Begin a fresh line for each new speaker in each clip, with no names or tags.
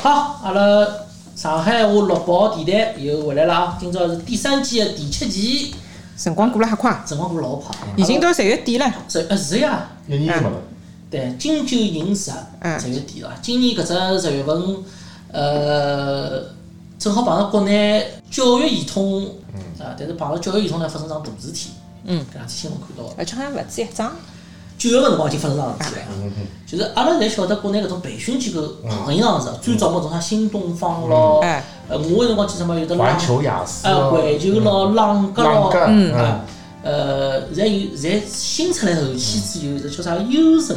好，阿拉上海话乐宝电台又回来了啊！今朝是第三季的第七期，
辰光过了很快，
辰光过老快，
已经到十月底了。
十呃是呀，
一年
哎
没了，
对，金九银十，
嗯
十月底了。今年搿只十月份，呃，正好碰着国内教育系统，啊，但是碰着教育系统呢发生桩大事体，
嗯，
搿两天新闻看到的，
而且好像勿止一桩。
九月份辰光已经发生桩事体了。
嗯嗯
就是阿拉侪晓得国内搿种培训机构
嗯
行业上是最早么种啥新东方咯，
哎，
呃，我有辰光记什么有的
嗯，
浪
环，球雅思
呃，
咯，
环球咯，浪格
哦浪
咯，
干，
嗯
嗯，
呃，现在有现在新出来后期子有一只叫啥优胜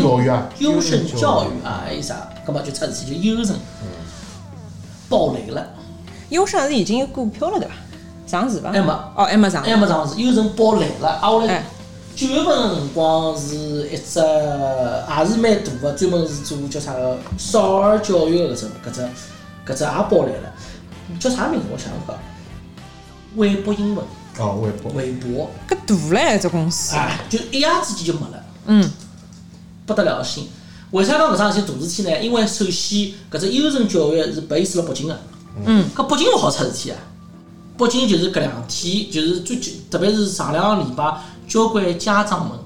教育啊，
优胜教
育，
育啊，还有啥，搿么就出事体就优胜爆雷了，
优尚是已经有股票了对伐？上市伐？
还没
哦，还没上。
还哎没上市，优胜爆雷了，啊，我来
哎。
九月份的辰光是一只也是蛮大个，专门是做叫啥个少儿教育的搿只搿只搿只也爆来了，叫啥名字？我想想看，微博英文，
哦，微博，
微博
搿大唻，这公司。
啊，就一夜之间就没了，
嗯，
不得了的心。为啥讲搿桩事体大事体呢？因为首先搿只优胜教育是 base 辣北京个，
嗯，
搿北京勿好出事体啊。北京就是搿两天，就是最近，特别是上两个礼拜，交关家长们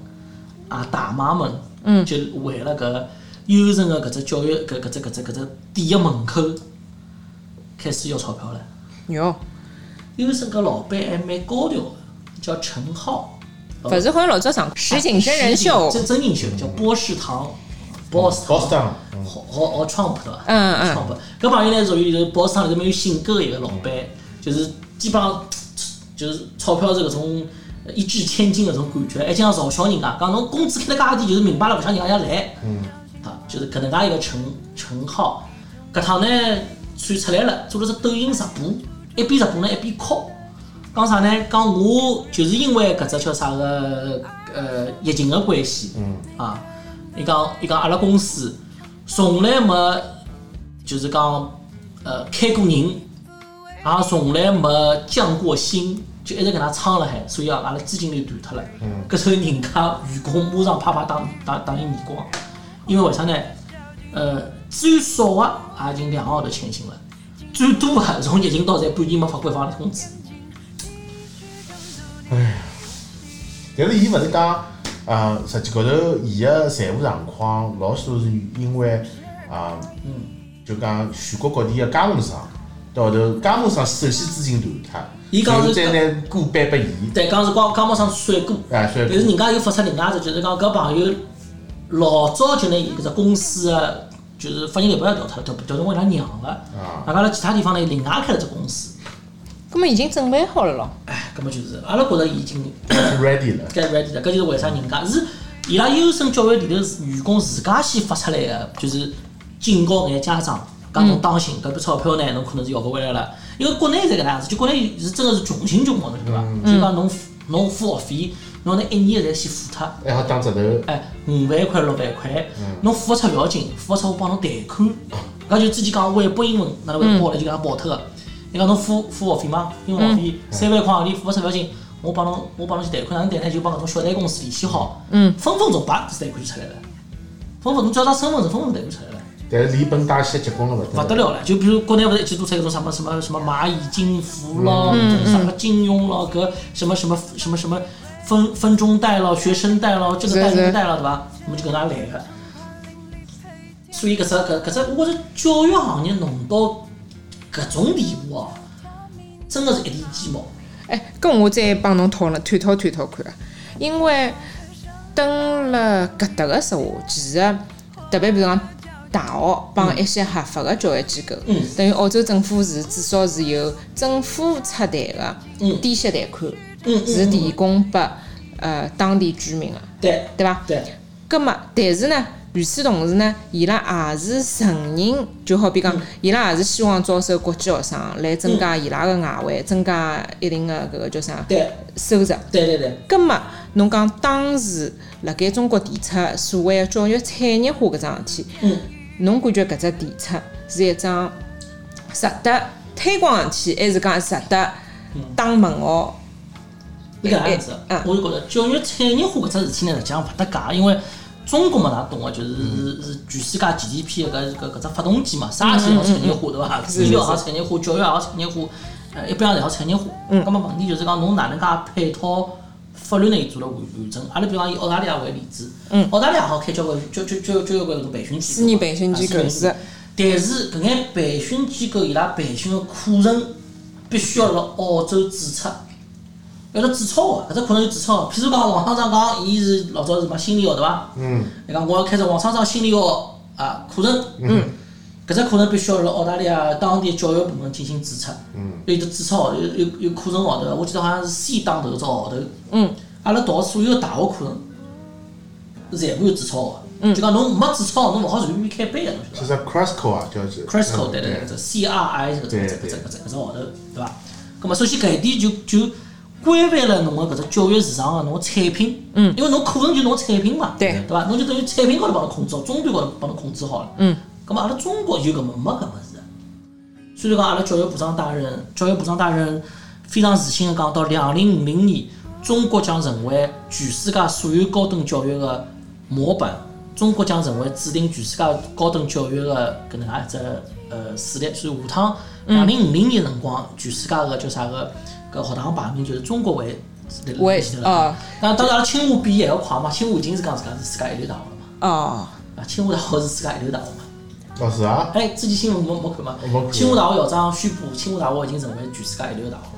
啊大妈们，
嗯
就围了搿优胜个搿只教育搿搿只搿只搿只店个门口，开始要钞票了。
哟，
优胜搿老板还蛮高调个，叫陈浩，啊
勿是好像老早上实景真人秀。
真真人秀叫波士堂，Boss
好当，嗯
好好好 Trump 对伐？
嗯嗯
Trump 搿朋友呢属于就是 boss 厂里头蛮有性格的一个老板，就是基本上就是钞票是搿种呃一掷千金搿种感觉，还经常嘲笑人家，讲侬工资开得介低，就是明摆了勿想人家来。
嗯，
啊，就是搿能介一个陈陈浩，搿趟呢算出来了，做了只抖音直播，一边直播呢一边哭，讲啥呢？讲我就是因为搿只叫啥个呃疫情的关系，
嗯
啊，伊讲伊讲阿拉公司从来没就是讲呃开过人，也从来没降过薪，就一直搿能撑辣海，所以啊阿拉资金链断脱了。搿时候人家员工马上啪啪打打打伊耳光，因为为啥呢？呃，最少个也已经两个号头欠薪了，最多个从疫情到现在半年没发发放工资。
但是伊勿是讲，啊，实际高头伊个财务状况老许多是因为啊，
嗯
就讲全国各地个加盟商，到后头加盟商首先资金断
伊
脱，
讲
然后
是
再拿股颁拨伊，
对，讲是光讲没上甩锅，
啊，所
但
以
是人家又发出另外一只，就是讲搿朋友老早就拿伊搿只公司个就是法人代表也调脱了，调调成为伊拉娘了。
啊
外加辣其他地方呢，另外开了只公司，
葛末已经准备好了咯。
哎，搿么就是阿拉觉着已经
ready 了，
该 ready 了，搿就是为啥人家是伊拉优胜教育里头员工自家先发出来个，就是警告眼家长，讲侬当心，搿笔钞票呢，侬可能是要勿回来了。因为国内是搿能样子，就国内是真个是穷心穷忙的，对伐？就讲侬付侬付学费，侬拿一年侪先付脱，
还好打折头，
哎，五万块六万块，侬付勿出勿要紧，付勿出我帮侬贷款。搿就之前讲微博英文哪能会爆了，就搿能爆脱个。伊讲侬付付学费吗？英文学费三万块行钿付勿出勿要紧，我帮侬我帮侬去贷款，哪能贷呢？就帮搿种小贷公司联系好，
嗯
分分钟叭贷款就出来了，分分侬只要张身份证，分分钟贷款出来了。
但是连本带息结棍了
勿
勿
得
得，
了了，就比如国内勿是一直做出来搿种什么什么什么蚂蚁金服咯，什么金融咯，搿什么什么什么什么分分中贷咯、学生贷咯，这个贷
是
那
是
个贷咯，对伐？我们就搿能介来个。所以搿只搿搿只，我觉着教育行业弄到搿种地步哦，真的是一地鸡毛。
哎，搿我再帮侬讨论探讨探讨看啊，因为蹲辣搿搭个时候，其实特别比如讲大学帮一些合法个教育机构，
嗯
等于澳洲政府是至少是有政府出台个
嗯
低息贷款，
嗯
是
嗯，
提供拨呃当地居民个，
对
对伐？
对，
葛末，但是呢，与此同时呢，伊拉也是承认，就好比讲，
嗯
伊拉也是希望招收国际学生来增加伊拉个外汇，增加一定的搿个叫啥
对
收入。
对对对，
葛末，侬讲当时辣盖中国提出所谓个教育产业化搿桩事体，
嗯，
侬感觉搿只提出是一桩值得推广的事体，还是讲值得
嗯
打问号？
是搿能样子
哎哎，
我就觉着教育产业化搿只事体呢，实际上勿搭界，因为中国嘛，㑚懂个，就是是是全世界 GDP 的搿搿搿只发动机嘛，啥事体侪要产业化，对伐？
是
医疗也
是
好产业化，教育也好产业化，呃，一般也好产业化。嗯。葛末问题就是讲，侬哪能介配套法律呢？伊做了完完整。阿拉比方以澳大利亚为例子，嗯，澳大利亚也好开交关交交交交关搿种培训机构嘛，
私人培训
啊
机
私
构
人
是的
但是搿眼培训机构伊拉培训个课程必须要辣澳洲注册，要辣注册哦个，搿只课程有注册个。譬如讲王厂长讲，伊是老早是嘛心理学对伐？
嗯，
伊讲我要开只王厂长心理学啊课程，嗯，搿只课程必须要辣澳大利亚当地教育部门进行注册，嗯，有得注册号，有有有课程号头，我记得好像是 C 打头只号头，
嗯，
哦阿拉读所有大学课程，全部有注册号个，就讲侬没注册号，哦侬勿好随便开班个，侬晓得伐？
其实 Crisco 啊，叫是
Crisco
嗯
对对对，
对
这 C R I 这个这个
对
这个
对
这个这个这个号头，对伐？咁么首先搿一点就就规范了侬个搿只教育市场个侬个产品，嗯，因为侬课程就侬个产品嘛，
对
对伐？侬就等于产品高头帮侬控制好，终端高头帮侬控制好了，嗯。咁么阿拉中国有搿么没搿么事。虽然讲阿拉教育部长大人，教育部长大人非常自信地讲，到两零五零年，中国将成为全世界所有高等教育的模板，中国将成为指定全世界高等教育的搿能介一只呃势力。所以下趟两零五零年辰光，全世界个叫啥个搿学堂排名就是中国为
为
前头了。
哦
当当然，阿拉清华比伊还要快嘛，清华已经是讲自家是世界一流大学了嘛，
哦，
啊，清华大学是世界一流大学嘛。
哦是啊，
哎，之前新闻没没看嘛
没？看
清华大学校长宣布，清华大学已经成为全世界一流的大学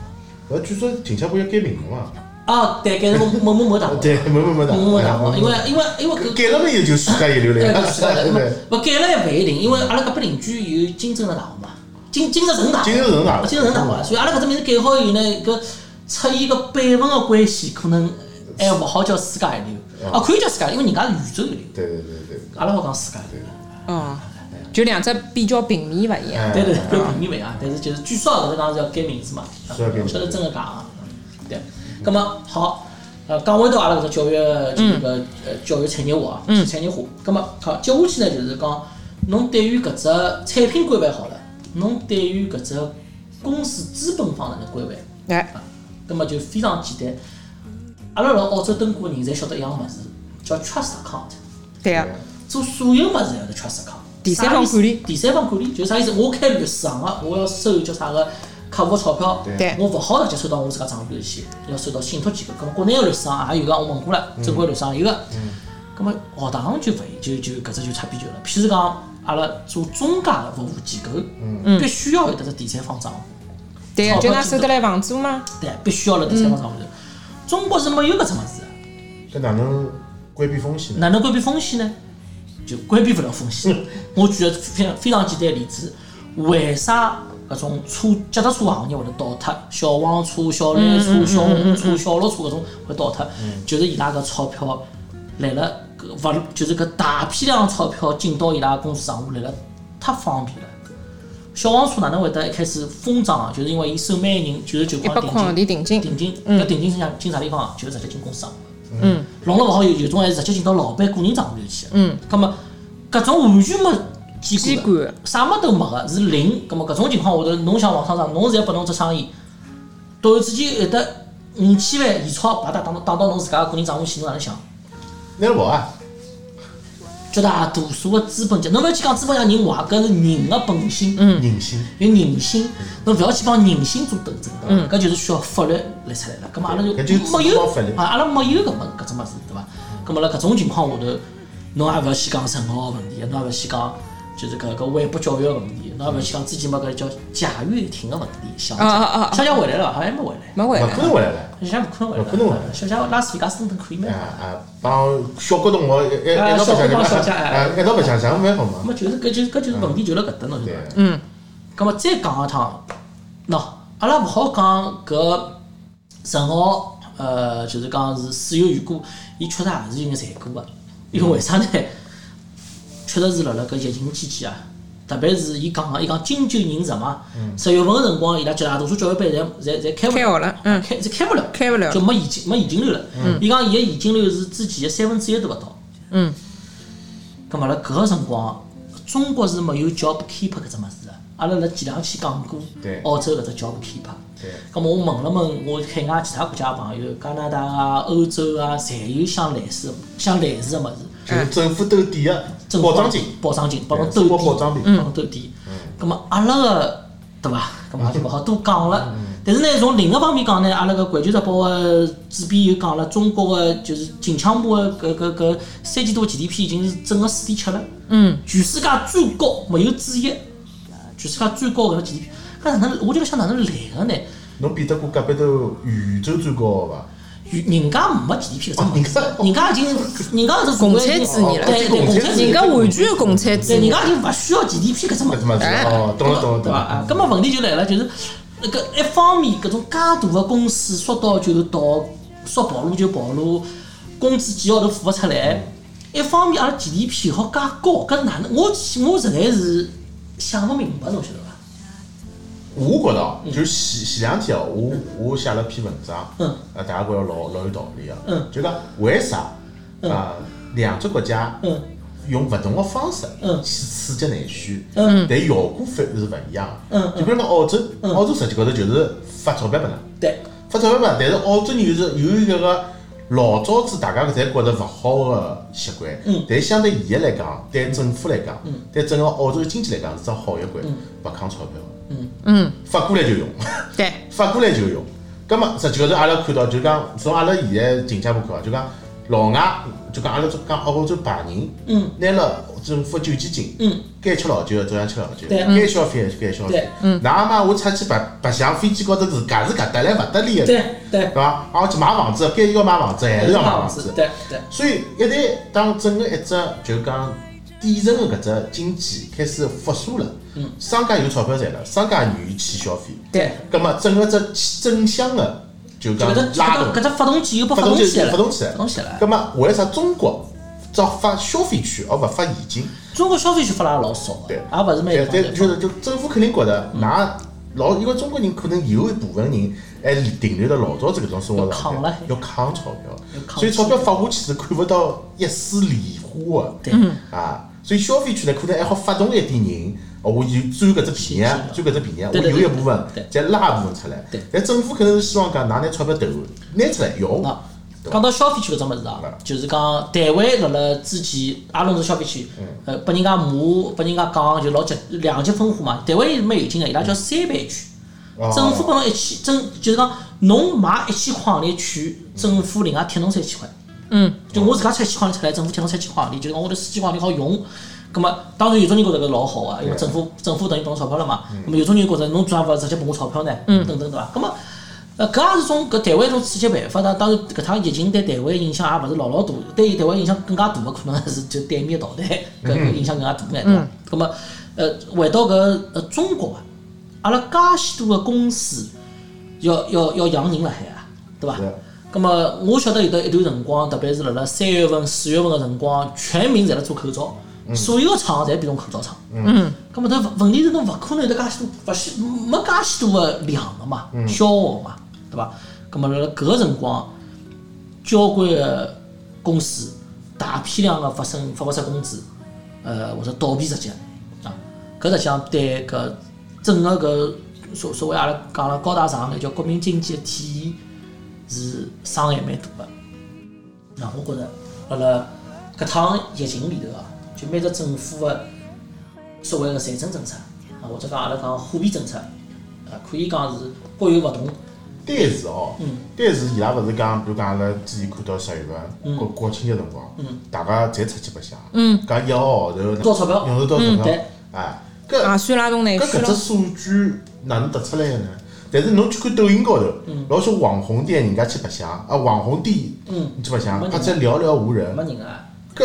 呃，据说停车不要改名了嘛，
了。啊，对，改成某某某大学，
对，没没没
某
打，
某某大学，
哎
因为因为因为搿
改了嘛，也就世界一流
对
了，
搿世界一流
对，
勿改了还勿一定，因为阿拉隔壁邻居有金州的大学嘛，金金州人大
金
学，
州人大学，
啊金州人大学，所以阿拉搿只名字改好以后呢，搿出现个辈分的关系，可能还勿好叫世界一
哦
流，啊，可以叫世界，因为人家是宇宙一流，
对对对对，
阿拉好讲世界一流。
哦，就两只比较平面勿一样。
哎
对对，对，平民为啊，但是就是据说搿是讲是要改名字嘛，啊
是要改名
勿
字
晓得真个假啊。对，葛么好，呃，讲回到阿拉搿只教育就是搿呃教育产业化啊，产业化。葛么好，接下去呢就是讲，侬对于搿只产品规范好了，侬对于搿只公司资本方哪能规范？
哎，
葛么就非常简单。阿拉辣澳洲蹲过的人侪晓得一样物事，叫 trust account。
对啊个，
做所有物事要得 trust account。
第三方
啥意思
管理
第三方管理就是啥意思？我开律师行个，啊我要收叫啥个客户钞票，
对
我勿好直接收到我自家账户里去，要收到信托机构。咁么国内个律师啊行也有个，我问过了，正规律师行有个。咁么学堂就勿一就就搿只就差别就了。譬如讲，阿拉做中介个服务机
嗯
构，必须要有得只第三方账户。
对个，
钞
就
票
㑚
进
收得来房租吗？
对，必须要了第三方账
嗯
户头。中国是没有搿只物事的。
搿哪能规避风险呢？
哪能规避风险呢？就规避不了风险。 我举个非常非常简单的例子，为啥搿种车脚踏车行业会得倒脱？小黄车、小
嗯
蓝车、小红车、小绿车搿种会倒脱，就是伊拉搿钞票来了，搿勿就是搿大批量钞票进到伊拉公司账户来了，太方便了。小黄车哪能会得一开始疯涨啊？就是因为伊收每个人九十九
一
块
百
哦定
块
金
行。钿定金，
定金，搿定金是啥进啥地方啊？就是直接进公司账户。嗯，弄了勿好有有种还是直接进到老板个人账户里去。嗯，葛么搿种完全没
监
监管
管
的，啥物事都没个，是零。葛么搿种情况下头，侬想王厂长，侬现在拨侬只生意，突然之间有得五千万现钞把它打到打到侬自家个人账户去，侬哪能想？
拿了跑啊，
绝啊大多数个资本家，侬勿要去讲资本家人坏，搿是人个本性。嗯。
人性，
有人性，
嗯
侬勿要去帮人性做斗争，对伐？搿就是需要法律来出来了。葛末阿拉就
搿就是
没
帮
有
法律
啊，阿拉没有搿么搿只物事，对伐？葛末辣搿种情况下头，侬也勿要去讲任何问题，侬也勿要去讲就是搿搿违不教育个问题，侬也勿要去讲之前没搿叫贾跃亭个问题，想
啊啊啊啊
想想回来了伐，好像没回来，
没
勿
回
可能
来。
回来了。
想想勿可能回来，
勿可能回来
想想拉斯维加斯等等可以蛮
啊啊！帮小国同学一一一
啊
道白相
小哎国同学
相，啊，一道白相相蛮好
那
嘛。
么就是搿就是搿就是问题就辣搿搭侬晓得
对
伐？，
嗯
咁么再讲一趟，喏，阿拉勿好讲搿陈浩，呃，就是讲是死有余辜，伊确实也是有眼残酷个，因为为啥呢？确实是辣辣搿疫情期间啊，特别是伊讲个，伊讲金九银十嘛，十月份个辰光，伊拉绝大多数教育班侪侪侪开勿
开学了嗯
开侪开勿了，
开勿了
就没现金没现金流了。伊讲伊个现金流是之前个三分之一都勿到。
嗯。
咁么辣搿个辰光，中国是没有 job keeper 搿只物事个。阿拉辣前两期讲过
对
澳洲搿只 job keeper。
对
咁么我问了问我海外其他国家个朋友，加拿大啊、欧洲啊，侪有相类似的相类似个物事。
就是政府兜底的
政府
保障金，
保障嗯金帮侬
生
兜
活
底
保，障
帮
金，
侬兜底。咁么阿拉个对伐？咁么也就勿好多讲了。但是呢，从另一方面讲呢，阿拉个《环球日报》个主编又讲了，中国个就是近腔部个搿搿搿三季度 GDP 已经是整个四点七了，
嗯，
全世界最高没有之一，全世界最高搿个 GDP，搿哪能？我就辣想哪能来个呢？
侬比得过隔壁头宇宙最高的伐？
人家没 GDP 搿种物事
哦，
人家已经人家是
共产主义了
对对，共产主义
人家完全是共产主
对，人
义，
家就勿需要 GDP 搿只物
搿
事
只。物事哦，懂了懂了
对
懂
伐？
了。
啊，搿么问题就来了，就是那个一方面，搿种介大个公司说倒就倒，说跑路就跑路，工资几号头付勿出来。一方面，阿拉 GDP 好介高，搿哪能？我我实在是想勿明白，侬晓得伐？
我觉着就前前两天哦，我我写了篇文章，
嗯
啊，大家觉着老老有道理个，
嗯
就讲为啥啊两只国家
嗯
用勿同个方式
嗯
去刺激内需，
嗯
但效果反是勿一样个。
嗯嗯
就比如讲澳洲，
嗯
澳洲实际高头就是发钞票拨侬，
对，
发钞票拨侬，但是澳洲人就是有一个老早子大家侪觉着勿好个习惯
嗯，
但相对伊个来讲，对政府来讲，对整个澳洲经济来讲是只好习惯，勿坑钞票，
嗯，
发过来就用。
对，
发过来就用。葛末实际高头阿拉看到，就讲从阿拉现在近腔部看啊，就讲老外就讲阿拉讲澳洲白人，
嗯，
拿了政府救济金，
嗯，
该吃老酒照样吃老酒，
对
该消费还是该消费
对，
嗯，哪怕我出去白白相飞机高头自家是搿得来勿得了
对
的，
对
对伐？而且买房子该要买房子还是要买房子，
哎对对，
所以一旦当整个一只就讲底层的搿只经济开始复苏了，嗯，商家有钞票赚了，商家愿意去消费，
对，
葛末整个只正向的就
就
讲
搿只
拉
搿只
动，
搿只发动机又被
发
发
动
动
就
起
是
来了，
发动起来
发动起来。
葛末为啥中国只发消费券而勿发现金？
中国消费就发拉老少个，嗯
对
也啊勿是蛮
对
有
对，就是就政府肯定觉得，㑚老因为中国人可能有一部分人还停留在老早子搿种生活状态，要扛钞票，所以钞票发下去是看勿到一丝莲花的。
对。
啊，所以消费圈呢，可能还好发动一点人，哦，我就占搿只便宜啊，占搿只便宜啊，我
对对
有一部分
对对
再拉一部分出来
对。
但政府可能是希望讲，㑚拿钞票投拿出来用，
啊
对，吧
讲到消费区搿只物事啊
嗯，
就是讲台湾辣辣之前，阿拉是消费区，呃，拨人家骂，拨人家讲就老极两极分化嘛。台湾也是蛮有劲个，伊拉叫三倍券，
哦
政府拨侬一千，政就是讲侬买一千块行钿券，政府另外贴侬三千块。
嗯，
就我自家出一千块钿出来，政府贴侬三千块行钿，就是讲我头四千块钿好用。葛么，当然有种人觉着搿老好啊，因为政府政府等于动钞票了嘛。葛么有种人觉着侬做啥勿直接拨我钞票呢？等等对伐？葛么。呃，搿也是种搿台湾一种刺激办法，当当然搿趟疫情对台湾影响也勿是老老大，对台湾影响更加大个可能还是就对面淘汰，搿搿影响更加大眼对伐？葛末呃，回到搿呃中国啊，阿拉介许多个公司要要要养人辣海啊，对伐
是？
葛末我晓得有得一段辰光，特别是辣辣三月份、四月份个辰光，全民侪辣做口罩，所有个厂侪变成口罩厂。
嗯，
咁么，但问题是侬勿可能有得介许多，勿许没介许多个量个嘛，消耗嘛，对伐？咁么辣辣搿个辰光，交关个公司大批量个发生发勿出工资，呃或者倒闭直接啊，搿实际上对搿整个搿所所谓阿拉讲了高大上眼叫国民经济个体现是伤害蛮大个。那我觉着辣辣搿趟疫情里头啊，就每只政府个所谓个财政政策啊，或者讲阿拉讲货币政策啊，可以讲是各有勿同。
但是哦，
嗯
但是伊拉勿是讲，比如讲阿拉之前看到十月
嗯
份国国庆节辰光，大家侪出去白相，讲一个号头
多嗯钞票嗯
用得到钞
对啊
票，哎，搿
也算拉动内
搿
需
搿只
咯，
数据哪能得出来个呢？但是侬去看抖音高头，老许网红店人家去白相，啊网红店
嗯
去白相，
没人
拍出寥寥无人
没。人啊，
搿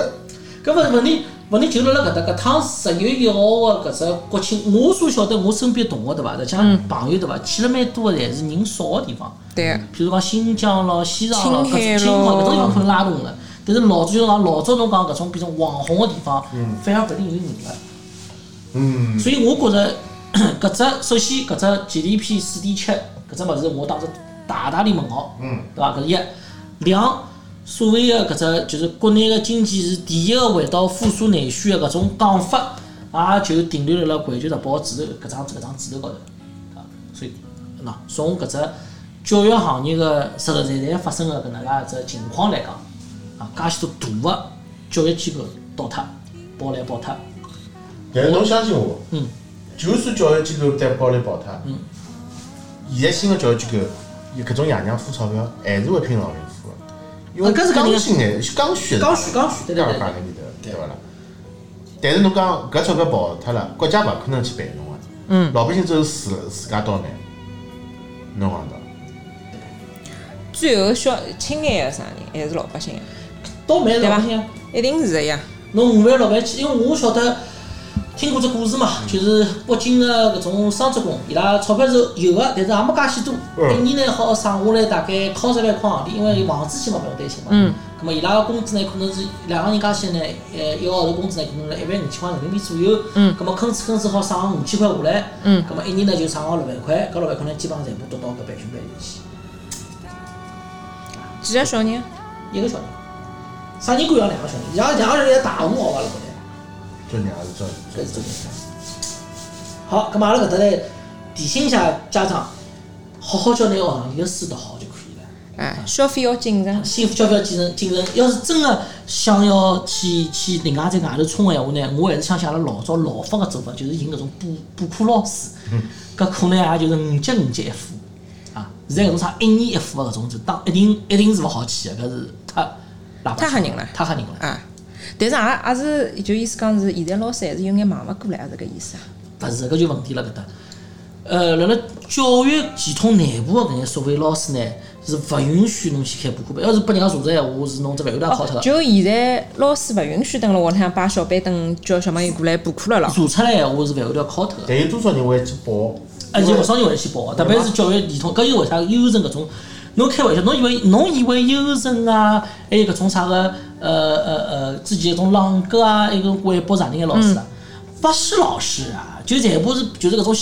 搿问问题问题就辣辣搿搭搿趟十月一号啊个搿只国庆，我所晓得我身边同学对伐，实际上朋友对伐，去了蛮多个，侪是人少个地方。
对，
譬如讲新疆咯、西藏咯、搿
青海
种青海
咯
搿种地方可能拉动个，但是老早就讲老早侬讲搿种变成网红个地方，反而勿一定有人了。
嗯，
所以我觉着 搿只首先搿只 GDP 四点七搿只物事，我打只大大的问号，
嗯，
对伐？搿是一，两所谓的搿只就是国内的经济是第一个回到复苏内需的搿种讲法，也就停留辣辣《环球日报》主头搿张搿张主头高头，啊，所以喏，从搿只教育行业的实实在在发生的搿能介一只情况来讲，啊，介许多大的教育机构倒塌，包来包塌，
但是侬相信我，
嗯，
就算教育机构再暴力爆塌，
嗯，
现在新的教育机构，有搿种爷娘付钞票，还是会拼老命付的，因为
啊搿是肯定
刚
的
性哎，刚需
刚需刚需对对
搿
对
样讲搿面头，对勿啦？但是侬讲搿钞票跑脱了，国家勿可能去赔侬个，
嗯，
老百姓只有自自家倒霉，侬讲到，
最后小亲眼个啥人还是老百姓呀，
倒霉是
对
老
吧
百姓啊。
一定是的呀。
侬五万六万起，因为我晓得听过只故事嘛，就是北京的搿种双职工，伊拉钞票是有的，但是也没介许多，
嗯
一年呢好省下来大概靠十万块行钿，因为房子起码勿要担心嘛。
嗯。
咁么伊拉个工资呢，可能是两个人加起来呢，呃，一个号头工资呢，可能辣一万五千块人民币左右。
嗯。
咁么吭哧吭哧好省五千块下来。
嗯。
咁么一年呢就省个六万块，搿六万块呢基本上全部丢到搿培训班里去，
几个小人？啊
一个小人，啥人管养啊两个小人？养两个人也大户好伐？辣搿搭。
叫娘是叫
搿是重点。好，咁么阿拉搿搭来提醒一下家长，好好叫拿学堂里个书读好就可以了。
啊，消费要谨慎。
幸福教育要谨慎，谨慎。要是真个想要去去另外在外头冲个闲话呢，我还是相信阿拉老早老法个做法，就是寻搿种补补课老师，搿可能也就是五级五级一副啊。现在搿种啥一年一副个搿种，就当一定一定是勿好去个，搿是太喇叭
太吓人了
太吓人了。
啊，但是也也是，就意思讲是，现在老师还是有眼忙勿过来，也是搿意思啊。
勿是，搿就问题了搿搭。呃，辣辣教育系统内部的搿眼所谓老师呢，是勿允许侬去开补课班。要是拨人家查着闲话，是侬只饭碗堂敲脱
哦，
了。
就现在老师勿允许蹲辣屋里向摆小板凳，叫小朋友过来补课了 咯。
查出来闲话是饭碗堂敲脱的。
但有多少人会去报？
而且勿少人会去报，特别是教育系统，搿就是为啥优胜搿种。侬开玩笑，侬以为侬以为优胜啊，还有搿种啥个呃呃呃，之前搿种浪哥啊，还有搿种微博啥人个老师啊，
嗯
不是老师啊，就全部是就是搿种，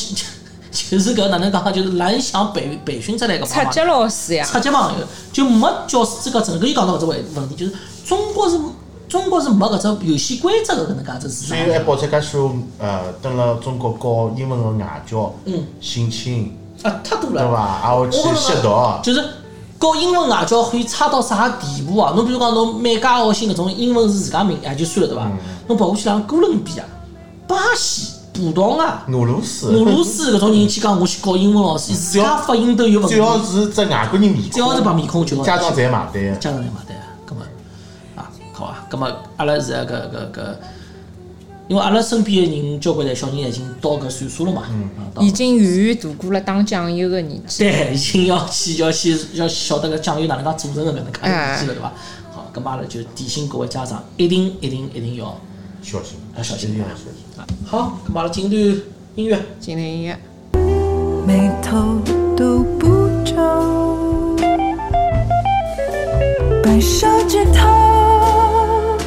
就是搿哪能讲啊，就是蓝翔培培训出来个爸
出
妈
级老师呀，
出级朋友就没教师资格证，搿就讲到搿只问问题，就是中国是中国是没搿只游戏规则搿能介只市
所
场
以还报出介许多呃，蹲辣中国教英文个外教，
嗯，
性侵，
啊，太多
对
了。
伐？还会去吸毒，
就是教英文外教可以差到啥地步啊？侬比如讲，侬美加澳新搿种英文是自家名也就算了，对
嗯
伐？侬跑过去像哥伦比亚、啊巴西、啊葡萄牙、
俄罗斯，
俄罗斯搿种人去讲，我去教英文老师，自家发音都有问题
只，要是只外国人面孔，
只要是白面孔就好
家长侪买单。
家长来买单，搿么啊，好啊，搿么阿拉是搿搿搿，因为阿拉身边的人交关侪小人已经到搿岁数了嘛，啊，到
已经远远度过了当酱油个年纪。
对，已经要去要去要晓得搿酱油哪能介做成的搿能介东西了，对伐？好，搿么阿拉就提醒各位家长，一定一定一定要
小心，
要小心
一定
点
要
啊
小心。
好，搿么阿拉进段音乐。
今天音乐，
眉头都不皱，白手指头，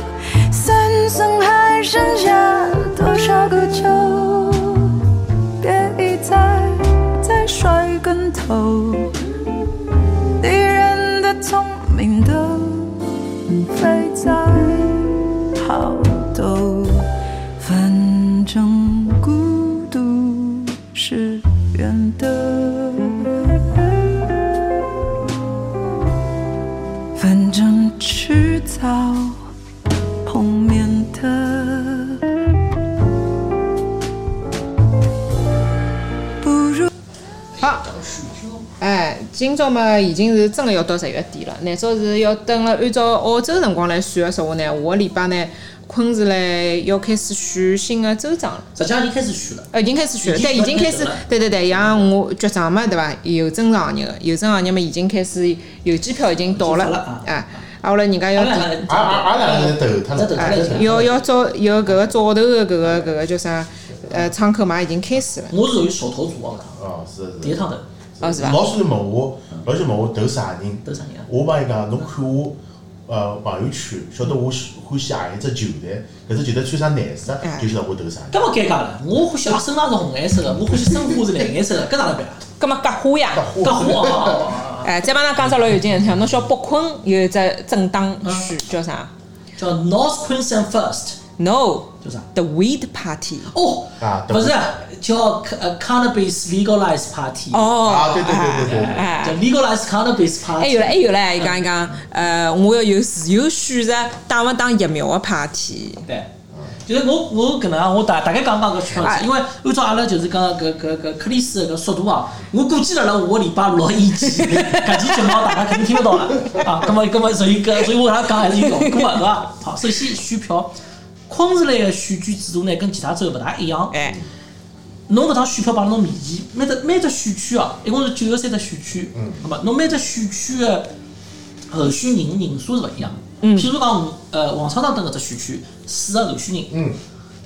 三层还剩下多少个秋？别一再再摔跟头，敌人的聪明都飞在跑斗，反正孤独是远的，反正迟早碰面的。不如。
好。哎，今朝嘛已经是真个要到十月底了。难早是要等了，按照澳洲辰光来算个闲话呢，下个礼拜呢，昆士兰要开始选新个州长了。
实际上已经开始选了，
呃，已经开始选了，
已经
对，已经开
选
始
了，
对对对，像我局长嘛，对伐？邮政行业个，邮政行业嘛，已经开始邮机票已经
已
到
经发
了
了，
啊，啊，后来人家
阿
要
拉
提，
两
阿
个
阿阿两个人投他
在投
了，
他
啊
来讲，
要要早有搿个早头的搿个搿个叫啥？呃，窗口嘛已经开始了，
我是属于手头族啊，
哦，是
第一
是。
趟头
哦是伐？
老师问我，老师问我投啥人，
都啥人啊？
我帮伊讲，侬看我呃朋友圈，晓得我喜欢喜何一只球队，搿只球队穿啥颜色，
哎
就晓得我投啥人。
搿么尴尬了，我欢喜阿森纳是红颜色的，我欢喜申花是蓝颜色的，搿哪能办啊？
葛末隔花呀，
搿花啊，
哎，再帮㑚讲只老有劲个事体，侬晓得北昆有一只政党选叫啥？
叫 North Queensland First
No，
叫啥？
The Weed Party。
哦，
啊
不是叫呃 Cannabis Legalized Party，
哦，
啊哎对对对对对
哎哎
叫 Legalized Cannabis
还
Party
有。嘞，还有嘞，伊哎讲伊讲，呃，我要有自由选择打勿打疫苗的 party。
对，就是我我搿能啊，我大大概讲讲搿圈
哎
子，因为按照阿拉就是讲搿搿搿克里斯的搿速度啊，我估计辣辣下个礼拜六以前，搿期节目大家肯定听勿到了啊。葛末葛末，所以搿所以我跟他讲还是有效果的，对伐？好，首先选票，昆士兰的选举制度呢跟其他州勿大一样，
哎，
侬搿趟选票帮侬便宜，每只每只选区哦，一共是九十三只选区，
嗯
那么侬每只选区的候选人人数是勿一样。
嗯
譬如讲，呃，王昌堂等搿只选区四个候选人，
嗯，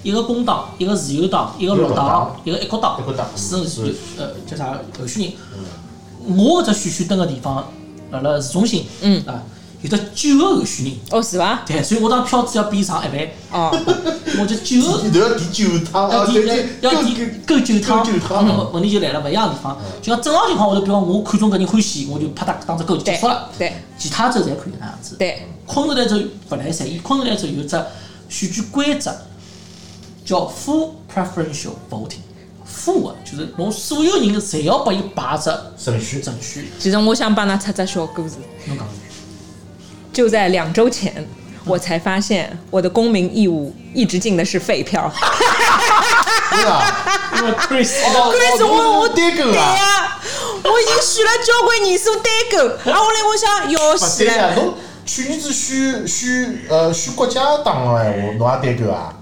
一个工党，一个自由党，一个绿党，一个一国党
一国党，
四个
是嗯
呃叫啥候选人。我搿只选区蹲个地方，辣辣市中心，嗯啊，有得九个候选人，
哦是伐？
对，所以我当票子要比上一万，
哦，
我就九个
你都要第九趟
要
啊，
提
对
要
对，
要提够九趟，啊
够九
那
趟嗯
么问题就来了，勿一样的地方。就像正常情况，我就比方我看中搿人欢喜，我就啪嗒当只够就结
对
束了。
对
其他州侪可以搿能样子。
对，
昆士兰州勿来三，伊昆士兰州有只选举规则叫 full preferential voting。full 啊，就是侬所有人侪要拨伊排只
程序
阵区。
其实我想帮㑚出只小故事。
侬讲，
就在两周前，我才发现我的公民义务一直进的是废票。
是啊，
因为 Chris
但是我我
单个
对
啊。
呀、我已经选了交关年数单狗，然后后来我想，要
勿
死
对呀，
了，
侬去年子选选呃选国家党个闲话，侬也对个啊？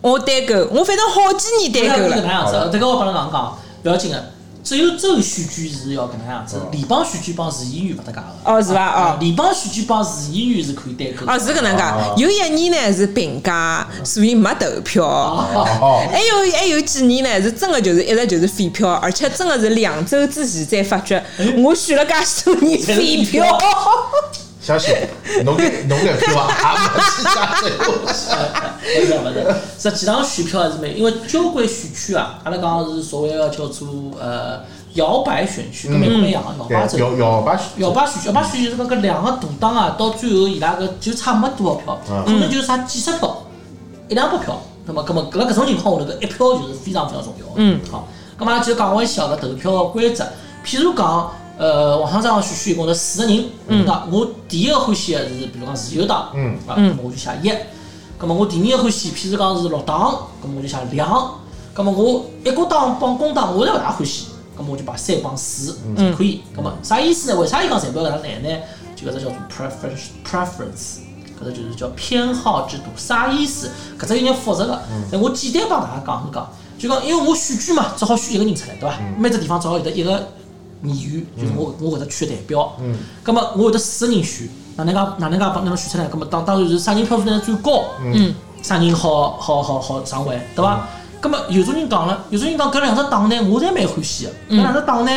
我单狗，我反正好几
对
年单狗
搿
了。
能样
好
子
了，
啊这个我帮侬讲讲，勿要紧个。只有州选举是要搿能样子，联邦选举帮市议员勿搭界个。
哦是伐
啊
哦
啊联邦选举帮市议员是可以单个。
哦，是搿能
哦
介，有一年呢是病假，所以没投票。
哦。
哦，
还有还有几年呢，是真的就是一直就是废票，而且真的是两周之前才发觉，
哎
我选了介许多年废票。
相信侬搿侬搿票啊， 也勿去加这个。
勿是勿是，实际上选票还是蛮，因为交关选区啊，阿拉讲是所谓个叫做呃摇摆选区，跟美
嗯
国一样摇摆
对，
州。
摇摇摆
摇摆选区，摇摆选区就是讲搿两个大党啊，到最后伊拉搿就差没多少票，可能就差几十票，一两百票。那么，搿么搿辣搿种情况下头，搿一票就是非常非常重要。嗯，好，搿么就讲回小搿投票个规则，譬如讲，呃，网上上选区一共是四个人，嗯，那我第一个欢喜个是，比如讲自由党，
嗯
啊，那么我就写一。葛么我第二个欢喜，譬如讲是绿党，葛么我就写两。葛么我一国党帮工党，我侪勿大欢喜，葛么我就把三帮四就可以。葛么啥意思呢？为啥伊讲代表搿能难呢？就搿只叫做 preference preference，搿只就是叫偏好制度。啥意思？搿只有点复杂个，但我简单帮大家讲一讲。就讲，因为我选举嘛，只好选一个人出来，对伐？每只地方只好有得一个议员，就是我我搿只区的代表。嗯。咁么我有得四个人选，哪能介哪能介帮哪能选出来？咁么当当然是啥人票数呢最高？嗯。啥人好好好好上位，对伐？咁么有种人讲了，有种人讲搿两只党呢，我侪蛮欢喜个。搿两只党呢，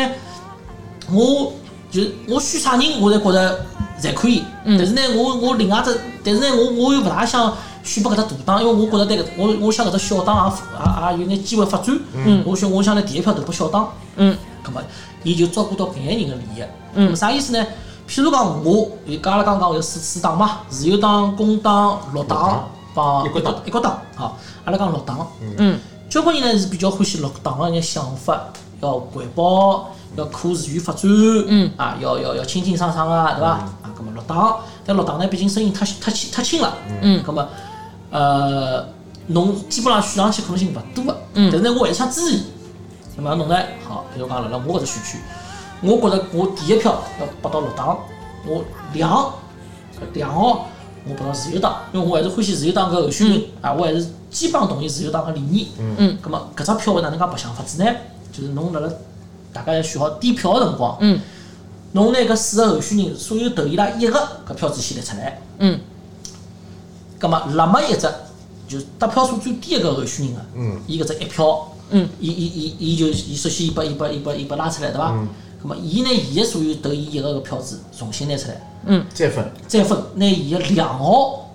我就我选啥人，我侪觉得侪可以。但是呢，我我另外只，但是呢，我我又勿大想选拨搿只大党，因为我觉得对搿我我想搿只小党也也也有眼机会发展。嗯，我想我想拿第一票投拨小党。
嗯，
葛么伊就照顾到搿眼人的利益。嗯，啥意思呢？譬如讲我，伊讲阿拉刚刚有四四党嘛，自由党、工党、绿党帮
一国党
一国党啊，阿拉讲绿党。
嗯，
交关人呢是比较欢喜绿党个眼想法，要环保，要可持续发展，嗯，啊，要要要清清爽爽个，对伐？啊，葛么绿党，但绿党呢，毕竟声音太太轻太轻了，嗯，葛么，呃，侬基本上选上去可能性勿多个，嗯，但是呢，我还是想支持伊，那么侬呢，啊好，比如讲辣辣我搿只选区，我觉着我第一票要拨到绿党，我两两号我拨到自由党，因为我还是欢喜自由党搿候选人啊，我还是基本上同意自由党搿理念。嗯，咁么搿只票会哪能介白相法子呢？就是侬辣辣大家要选好点票个辰光，嗯，侬拿搿四个候选人所有投伊拉一个搿票子先列出来，
嗯，
咁么辣么一只就是得票数最低一个候选人个，嗯，伊搿只一票，嗯，伊伊伊伊就伊首先伊把伊把伊把伊把拉出来对伐？咁么伊拿伊个所有投伊一个个票子重新拿出来，
再分，
再分拿伊个两号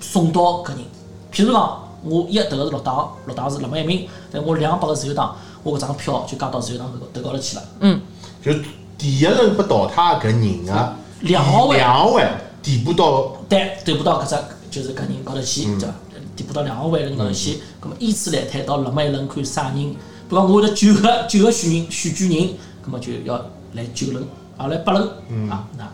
送到搿人。譬如讲，我一投个是绿党，绿党是辣么一名，但我两拨个自由党，我搿张票就加到自由党头头高头去了。
就第一轮被淘汰搿人啊，
两号位
两位填补到
对，对不到搿只就是搿人高头去，对伐？填补到两个位了，硬去，咁么依次来推到辣么一轮看啥人。比如讲，我有得九个九个选人选举人，咁么就要来九轮，啊来八轮啊那，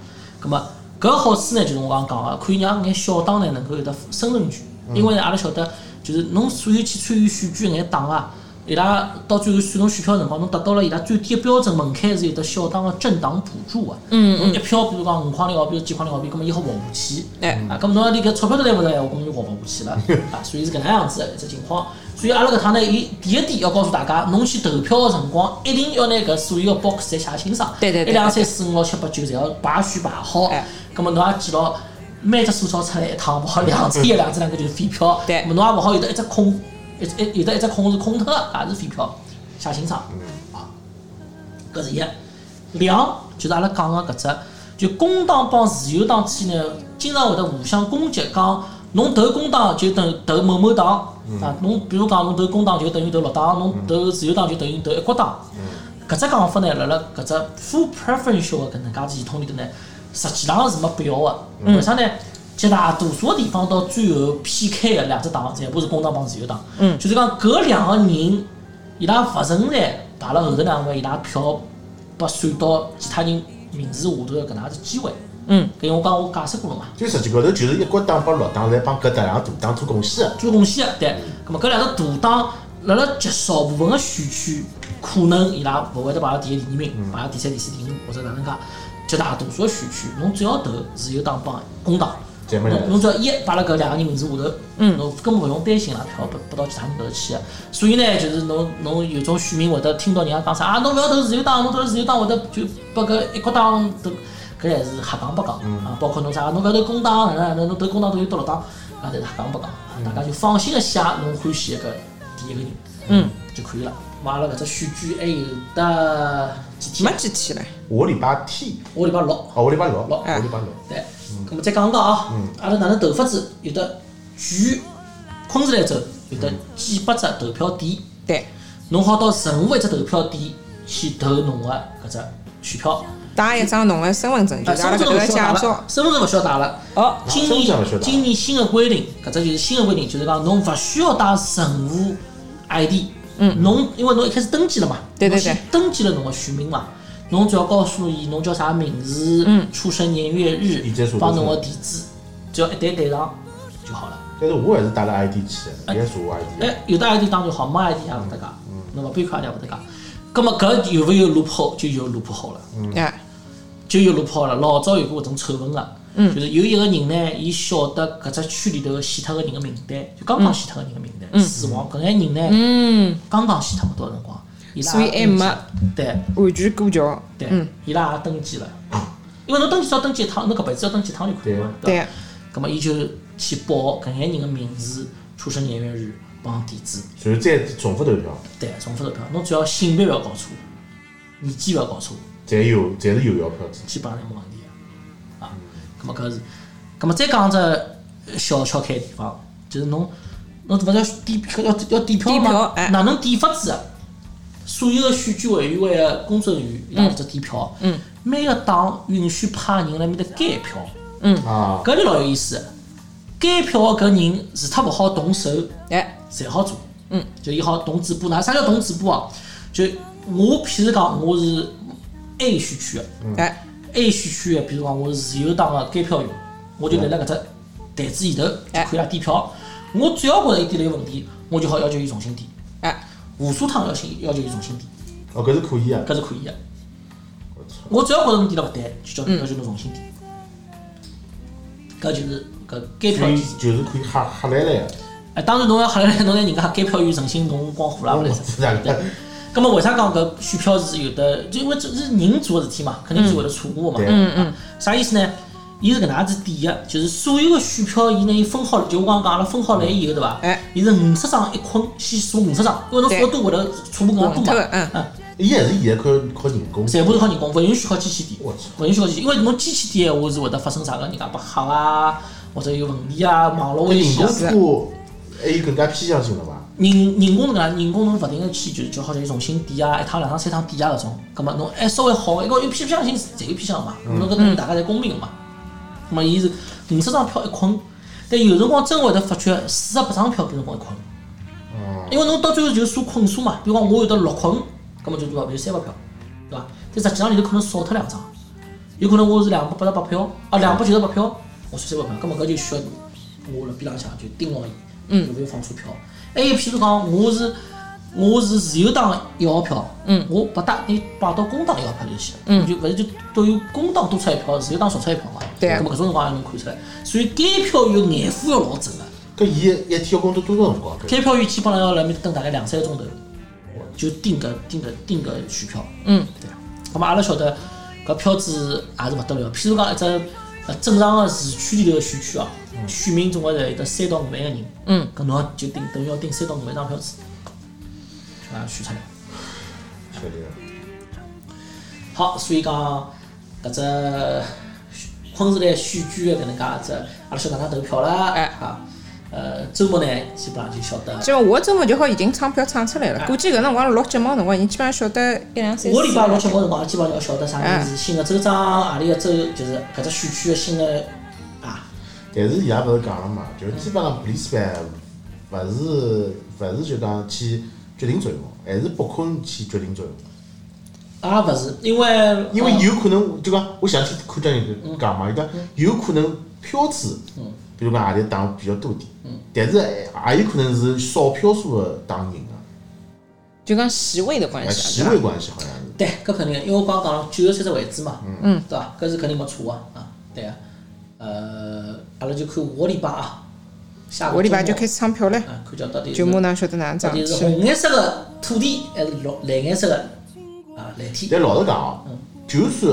咁么搿个好处呢，就是我刚讲个，可以让眼小党呢能够有得生存权，因为呢阿拉晓得，就是侬所有去参与选举个眼党啊。伊拉到最后算侬选票的辰光，侬达到了伊拉最低的标准门槛，是有得小党个政党补助个、嗯嗯。一票，比如讲五块钿澳币、几块钿澳币，搿么伊好活下去。
哎
啊，咁侬要连搿钞票都拿勿着闲话，搿就活勿下去了
嗯
啊，所以是搿能样子的一只情况。所以阿拉搿趟呢，伊第一点要告诉大家，侬去投票个辰光，一定要拿搿所有个 box 侪写清爽，
对对对
一两三四五六七八九侪要排序排好
哎。
咁么侬也记牢，每只数钞出来一趟，勿好两只一、两只两个就是废票。
对
咁么侬也勿好有得一只空，一只一有得一只空是空脱个，也是废票，写清爽。啊，搿是一。两就是阿拉讲个搿只，就工党帮自由党之间呢，经常会得互相攻击，讲侬投工党就等于投某某党啊，侬比如讲侬投工党就等于投绿党，侬投自由党就等于投一国党。搿只讲法呢，辣辣搿只 full preferential 的搿能介系统里头呢，实际上是没必要的。为啥呢？绝大多数地方到最后 PK 的两只党，全部是工党帮自由党。
嗯
就是讲搿两个人，伊拉勿存在排辣后头两位，伊拉票被算到其他人名字下头的搿能介只机会。
嗯，
搿因为我讲我解释过了嘛。
就实际高头就是一国党帮绿党在帮搿搭两个大党做啊贡献的。
做贡献的，对。咁么搿两个大党辣辣极少部分个选区，可能伊拉勿会得排到第一、第二名，排到第三、第四、第五或者哪能介。绝大多数个选区，侬只要投自由党帮工党，
侪没来
侬侬只要一摆辣搿两个人名字下头，
嗯
侬根本勿用担心啦，票拨拨到其他人搿头去。啊所以呢，就是侬侬有种选民会得听到人家讲啥啊，侬勿要投自由党，侬投自由党会得就拨搿一国党投，搿也是瞎讲八讲啊。包括侬啥，侬勿要投工党，哪能哪能侬投工党投又投绿党，啊，侪是瞎讲八讲，大家就放心个写侬欢喜一个第一个人，
嗯，
就可以了。嘛，阿拉搿只选举还有得几天啊？
没几天了，
下个礼拜天，
下个礼拜六。
哦，下个礼拜六，
六
下个礼拜六，
对，咁么再讲讲啊，阿拉哪能投法子？有的据昆士兰州有的几百只投票点，
对，
侬好到任何一只投票点去投侬个搿只选票。
带一张侬的身份证，就
啊，
是
身
阿拉
份证勿
搿头的
需要
驾
带
照
了，。身份证勿需要带了。
哦，
今
身份证勿
年
需要带
今年新的规定，搿只就是新的规定，就是讲侬勿需要带任何 ID。嗯，侬因为侬一开始登记了嘛，
对对
侬先
对
登记了侬个选民嘛，侬只要告诉伊侬叫啥名字、
嗯
出生年月日
以及所得，
帮
税
侬个地址，只要一对对上就好了。
但是我还是带了 ID 去的，也是我 ID 的。
哎，有的 ID 当就好，没 ID 也勿得讲，侬勿背靠 ID 也勿得讲。葛末搿有勿有 loophole 就有 loophole 了，
哎，
就有 loophole 了。老早有过搿种丑闻个，
嗯
就是有一个人呢，伊晓得搿只区里头死脱个人个名单，就刚刚死脱个人个名单，死亡搿眼人呢，
嗯，
刚刚死脱没多少辰光，伊拉
所以
也
还
登记
没嗯
了对。
完全过桥。
对，伊拉也登记了，因为侬登记只要登记一趟，侬搿辈子只要登记一趟就可以了嘛，
对
伐？葛末伊就去报搿眼人个名字、出生年月日帮地址，
随后再重复投票，
对，重复投票，侬只要性别勿要搞错，年纪勿要搞错，
侪有，侪是有效票子。
基本上侪没问题个。啊，葛末搿是，葛末再讲只小小开地方，就是侬侬勿是要点票要要点票
点票
吗
哎？
哪能点法子啊？所有个选举委员会个工作人员伊拉负责点票，嗯，每个党允许派人来面搭监票，
啊，
搿就老有意思。监票个搿人除脱勿好动手，
哎，
侪好做。嗯，就伊好动嘴巴，哪啥叫动嘴巴啊？就我譬如讲，我是 A 选区个
哎，
，A 选区个，譬如讲我是自由党个监票员，我就立辣搿只台子前头就看伊拉点票。我只要觉着伊点了有问题，我就好要求伊重新点。
哎，
无数趟要求要求伊重新点，
哦，搿是可以啊。
搿是可以个。
我操，
我只要觉着侬点了勿对，就叫要求侬重新点。搿就是搿监
所
票
以
机制。
就是可以吓吓啊来来的。
哎，当然侬要吓来侬拿人家监票员诚心侬光火啦，勿来塞。
是啊，
咁么为啥讲搿选票是有的？就因为这是人做的事体嘛，肯定是会得错误的
嗯
嘛。啊
对
啥意思呢？伊是搿能样子点的，就是所有的选票，伊拿伊分好了，就我刚刚讲阿拉分好来以后，对伐？
哎，
伊是五十张一捆，先数五十张，因为侬
对
数得多会得错误更加多
混
嘛
脱。的，嗯，
伊还是现在靠靠人工。
全部是靠人工，勿允许靠机器点
我操，
勿允许靠机器，因为侬机器点闲话是会得发生啥个，人家被黑啊，或者有问题啊，网络危
人
险啊。
工多，还有更加偏向性了伐？
人人工是搿能介，人工侬勿停个去就就好像重新点啊，一趟两趟三趟点啊搿种，葛末侬还稍微好，因为有偏向性侪有偏向嘛，侬搿东西大家侪公平个嘛。葛末伊是五十张票一捆，但有辰光真会得发觉四十八张票变成光一块五。因为侬到最后就数困数嘛，比如讲我有得六块五，葛么就多少？就三百票，对伐？但实际上里头可能少脱两张，有可能我是两百八十八票，啊，两百九十八票，我算三百票，葛么搿就需要我辣边浪向就盯牢伊，嗯，有没有放错票？还有譬如讲，我是我是自由党一号票，嗯，我把带你摆到工党一号票就行了，嗯，就勿是就都有工党多出一票，自由党少出一票嘛，
对啊
葛么搿种辰光也能看出来，所以该票有眼副要老准个。
搿伊一天要工作多少辰光？啊搿
开票员基本上要来面等大概两三个钟头，就定个定个定个选票。嗯，对。那么阿拉晓得搿票子也是勿得了，譬如讲一只呃正常个市区里头个选区啊，选民总归是有得三到五万个人。嗯，搿侬要就定等于要定三到五万张票子，就把它选出来。
晓得。
好，所以讲搿只昆士兰选举个搿能介一只，阿拉晓得哪能投票啦，
哎
啊，呃，周末呢基本上就晓得。
就我周末就好已经唱票唱出来了
哎，
估计搿辰光录节目的辰光，已经基本上晓得一两三。
我礼拜六吃光辰光，基本上就要晓得啥人是新的州长，何里个州就是搿只选区的新的啊，
但是伊也勿是讲了嘛，就是基本上 police 班勿是勿是就讲去决定作用，还是北控起决定作用。
也勿是，因为
因为
呃
有可能就讲，我前两天看到有讲嘛，伊讲有可能票子，比如讲何里党比较多点，但是也也有可能是少票数的党赢的，
就讲席位的关
哎，
系
席
啊，
位
对伐？
关系好像是。
对，搿肯定，因为我刚刚讲了九十三只位置嘛，嗯，对伐？搿是肯定没错啊，啊，对啊，呃，阿拉就看下个礼拜啊，下
下
个
个礼拜就
周末
开始唱票了，
啊，看叫到底
就是马上晓得哪能
到
桩
底是
事体。
红颜色的土地还是绿蓝颜色的啊蓝天，
但老实讲哦，就算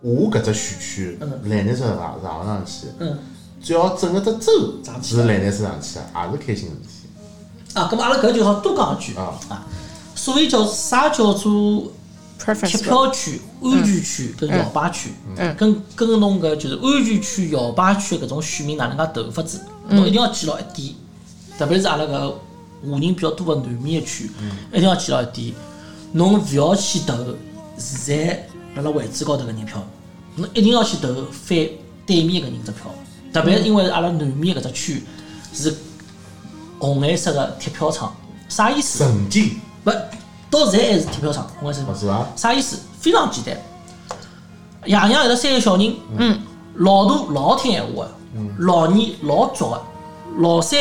我搿只选区
嗯
蓝颜色上上上去，
嗯。
只要整个只州
上去
是蓝颜色上去的，也是开心的事体。
啊，咁么阿拉搿就好多讲一句
啊
啊，所谓叫啥叫做贴
preference 吧
票区、安全区跟摇摆区，跟跟侬搿就是安全区、摇摆区搿种选民哪能介投法子，侬一定要记牢一点，特别是阿拉搿华人比较多个南面个区，一定要记牢一点，侬勿要去投现在辣辣位置高头搿人票，侬一定要去投翻对面搿人只票，特别是因为阿拉南面搿只区是红颜色个贴票仓，啥意思？
曾经
勿到现在还是贴票仓，红颜色
勿是伐？
啥意思？非常简单，爷娘有得三个小人，嗯，老大老听闲话的，老二老作的，老三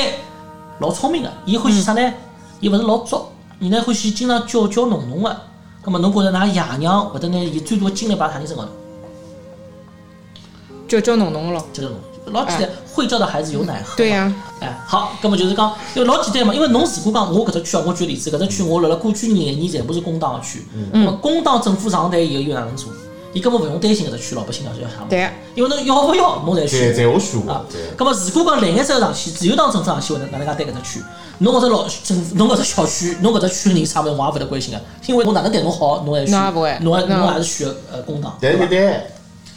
老聪明的，伊欢喜啥
嗯
呢？伊勿是老作，伊呢欢喜经常教教弄弄的。葛么侬觉着㑚爷娘会得拿伊最多精力摆啥人啊身高头？
就叫侬侬了。
就是侬老简单，会教的孩子有奶喝。
哎对呀、
哎，好，葛么就是讲，因为老简单嘛，因为侬如果讲我搿只区啊，我举例子，搿只区我辣辣过去廿年全部是工党个区，
嗯
那
嗯
么工党政府上台以后又哪能做？伊根本勿用担心搿只区老百姓要要啥物事，
对
因为侬要勿要侬才
侪
选。
侪我选
啊
过，对。，
葛么如果讲蓝颜色上去，自由党政府上去，会哪能介对搿只区？侬搿只老政，侬搿只小区，侬搿只区人啥物事，我也勿得关心个，因为我哪能对侬好，侬还选
侬也勿会，
侬还
嗯
侬也是选呃工党。
但
对
是
伐
一旦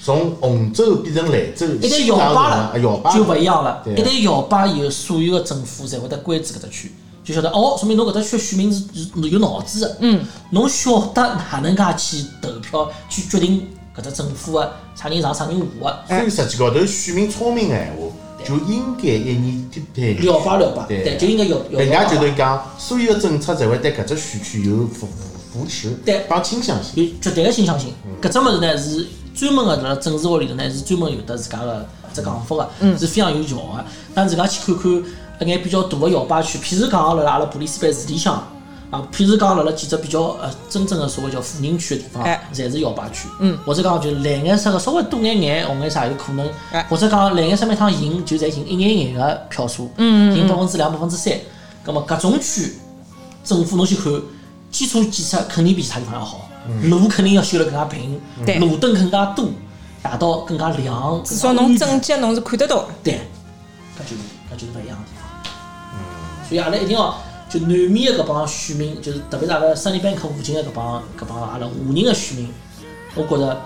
从红州变成蓝州，
一旦
新
摇
疆
摆
人啊摇
了
摆
就勿一样了，
对
一旦摇摆以后，所有的政府侪会得关注搿只区，就晓得哦，说明侬搿只区选民是是有脑子的，嗯，侬晓得哪能介去投票去决定搿只政府的啥人上啥人下
所以实际高头选民聪明个闲话，就应该一年贴
的，
贴。
摇摆摇摆，
对
对，就应该摇摇
人家
摆
就。是讲，所有的政策侪会对搿只选区有扶扶扶持，
对
帮倾向性。
有绝对的倾向性。搿只物事呢是专门个辣辣政治学里头呢是专门有得自家个只讲法个，是非常有效个。但自家去看看一眼比较大个摇摆区，譬如讲辣辣阿拉布里斯班市里向啊，譬如讲辣辣几只比较呃真正个所谓叫富人区个地方
哎，
侪是摇摆区。或者讲就蓝颜色个稍微多眼眼，红颜色也有可能。或者讲蓝颜色每趟赢就侪赢一眼眼个票数，赢百分之两、百分之三。葛么搿种区政府侬去看，基础建设肯定比其他地方要好，路肯定要修得更加平
对，
路灯更加多，大道更加亮，
至
至
少侬政绩侬是看得到。
对，搿就是搿就是勿一样的地方。所以阿拉一定要就南面的搿帮选民，就是特别是阿拉三里班克附近的搿帮搿帮阿拉华人的选民，我觉着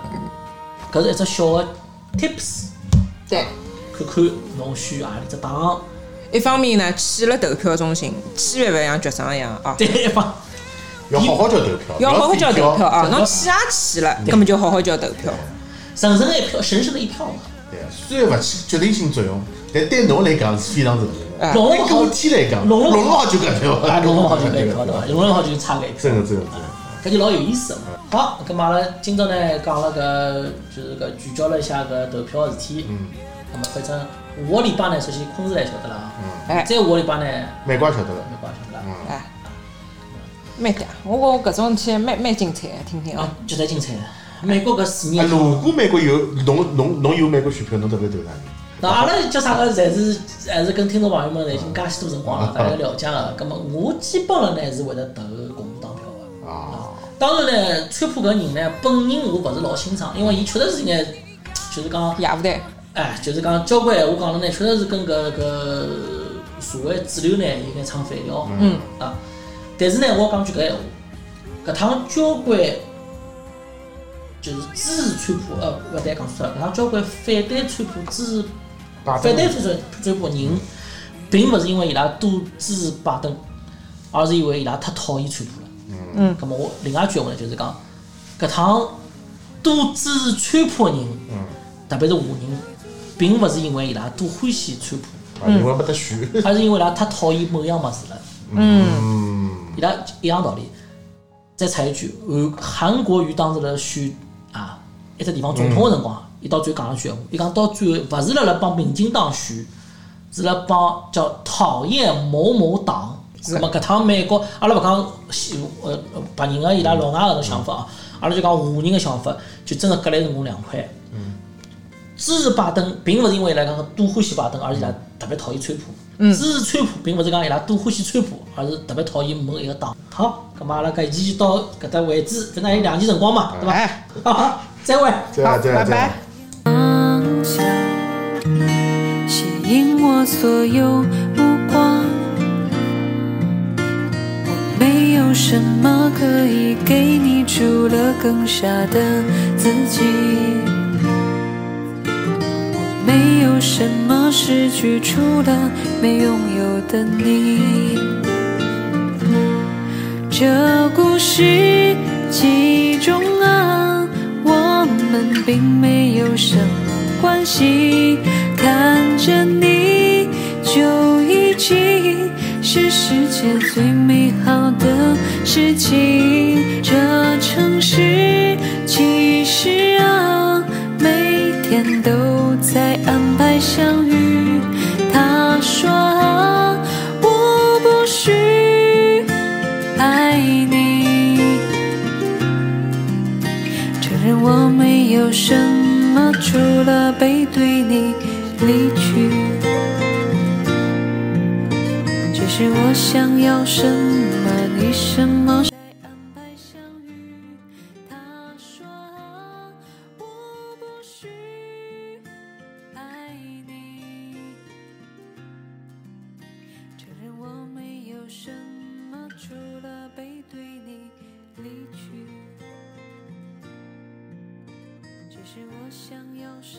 搿是一只小的 tips，
对，
看看侬选何里只党，
一方面呢，去了投票中心，千万勿像局长一样啊，
对一方
要好好叫投票，
要好好
不
叫
要
投票啊。
对
侬去也去了，根本就好好叫投票。
神圣的一票，神圣的一票嘛。
啊对，虽然勿起决定性作用，但对侬来讲是非常重要的。
哎
弄
对
勿好
个体来讲，
弄
弄
了
了好就搿条，
啊，弄勿好就搿一
搿
条对伐？弄勿好就差搿一条。
真的真的真的。
搿就老有意思了。好，咁阿拉今朝呢讲了搿就是搿聚焦了一下搿投票个事体。嗯。那么反正下个礼拜呢，首先昆士来晓得了。啊
嗯
哎
再下个礼拜呢，
美国也晓得了，
没关系了。
嗯，
哎，蛮嗲，我觉搿种事体蛮蛮精彩的，听听
啊。，
啊
绝对精彩。美国搿四
啊，
年，
如果美国有侬侬侬有美国选票，侬特别投啥人？
那阿拉叫啥个，侪是还是跟听众朋友们呢已经介许多辰光了，大家了解个。咁么我基本上呢是会得投共和党票个。
啊，
当然呢，川普搿人呢，本人我勿是老欣赏，因为伊确实是眼，就是讲，
也勿对，
哎，就是讲交关闲话讲了呢，确实是跟搿搿社会主流呢有眼唱反调。
嗯
啊，但是呢，我讲句搿闲话，搿趟交关就是支持川普，呃，勿对，讲错了，搿趟交关反对川普、支持
拜
反
登
对川川普人，并勿是因为伊拉多支持拜登，而是因为伊拉太讨厌川普了。
嗯，
咁么我另外一句话呢，就是讲，搿趟多支持川普个人，特别是华人，并勿是因为伊拉多欢喜川普，
啊，因为没得选，
而是因为伊拉太讨厌某样物事了。
嗯，
伊拉一样道理。再插一句，呃韩韩国瑜当时辣选啊一只地方总统个辰光，伊到最后讲了一句闲话，伊讲到最后勿是辣辣帮民进党选，是辣帮叫讨厌某某党。那么搿趟美国，阿拉勿讲西呃呃白人个伊拉老外搿种想法啊，阿拉就讲华人个想法，就真个割来成功两块。支持拜登，并勿是因为伊拉讲多欢喜拜登，而是伊拉特别讨厌川普。支持川普，并勿是讲伊拉多欢喜川普，而是特别讨厌某一个党。好，咁么阿拉搿一期就到搿搭为止，反正还有两期辰光嘛，对伐？
哎，
好，再会。
对啊
好，
对啊
拜
对啊
拜。。
方向，吸引我所有目光。我没有什么可以给你，除了更傻的自己。我没有什么失去，除了没拥有的你。这故事其中啊，我们并没有什么关系。看着你，就已经是世界最美好的事情。这城市其实啊，每天都在安排相遇。他说啊，我不需。爱你。承认我没有什么，除了背对你离去。只是我想要什么，你什么。他说啊我不需爱你。承认我没有什么，除了背对你离去。只是我想要什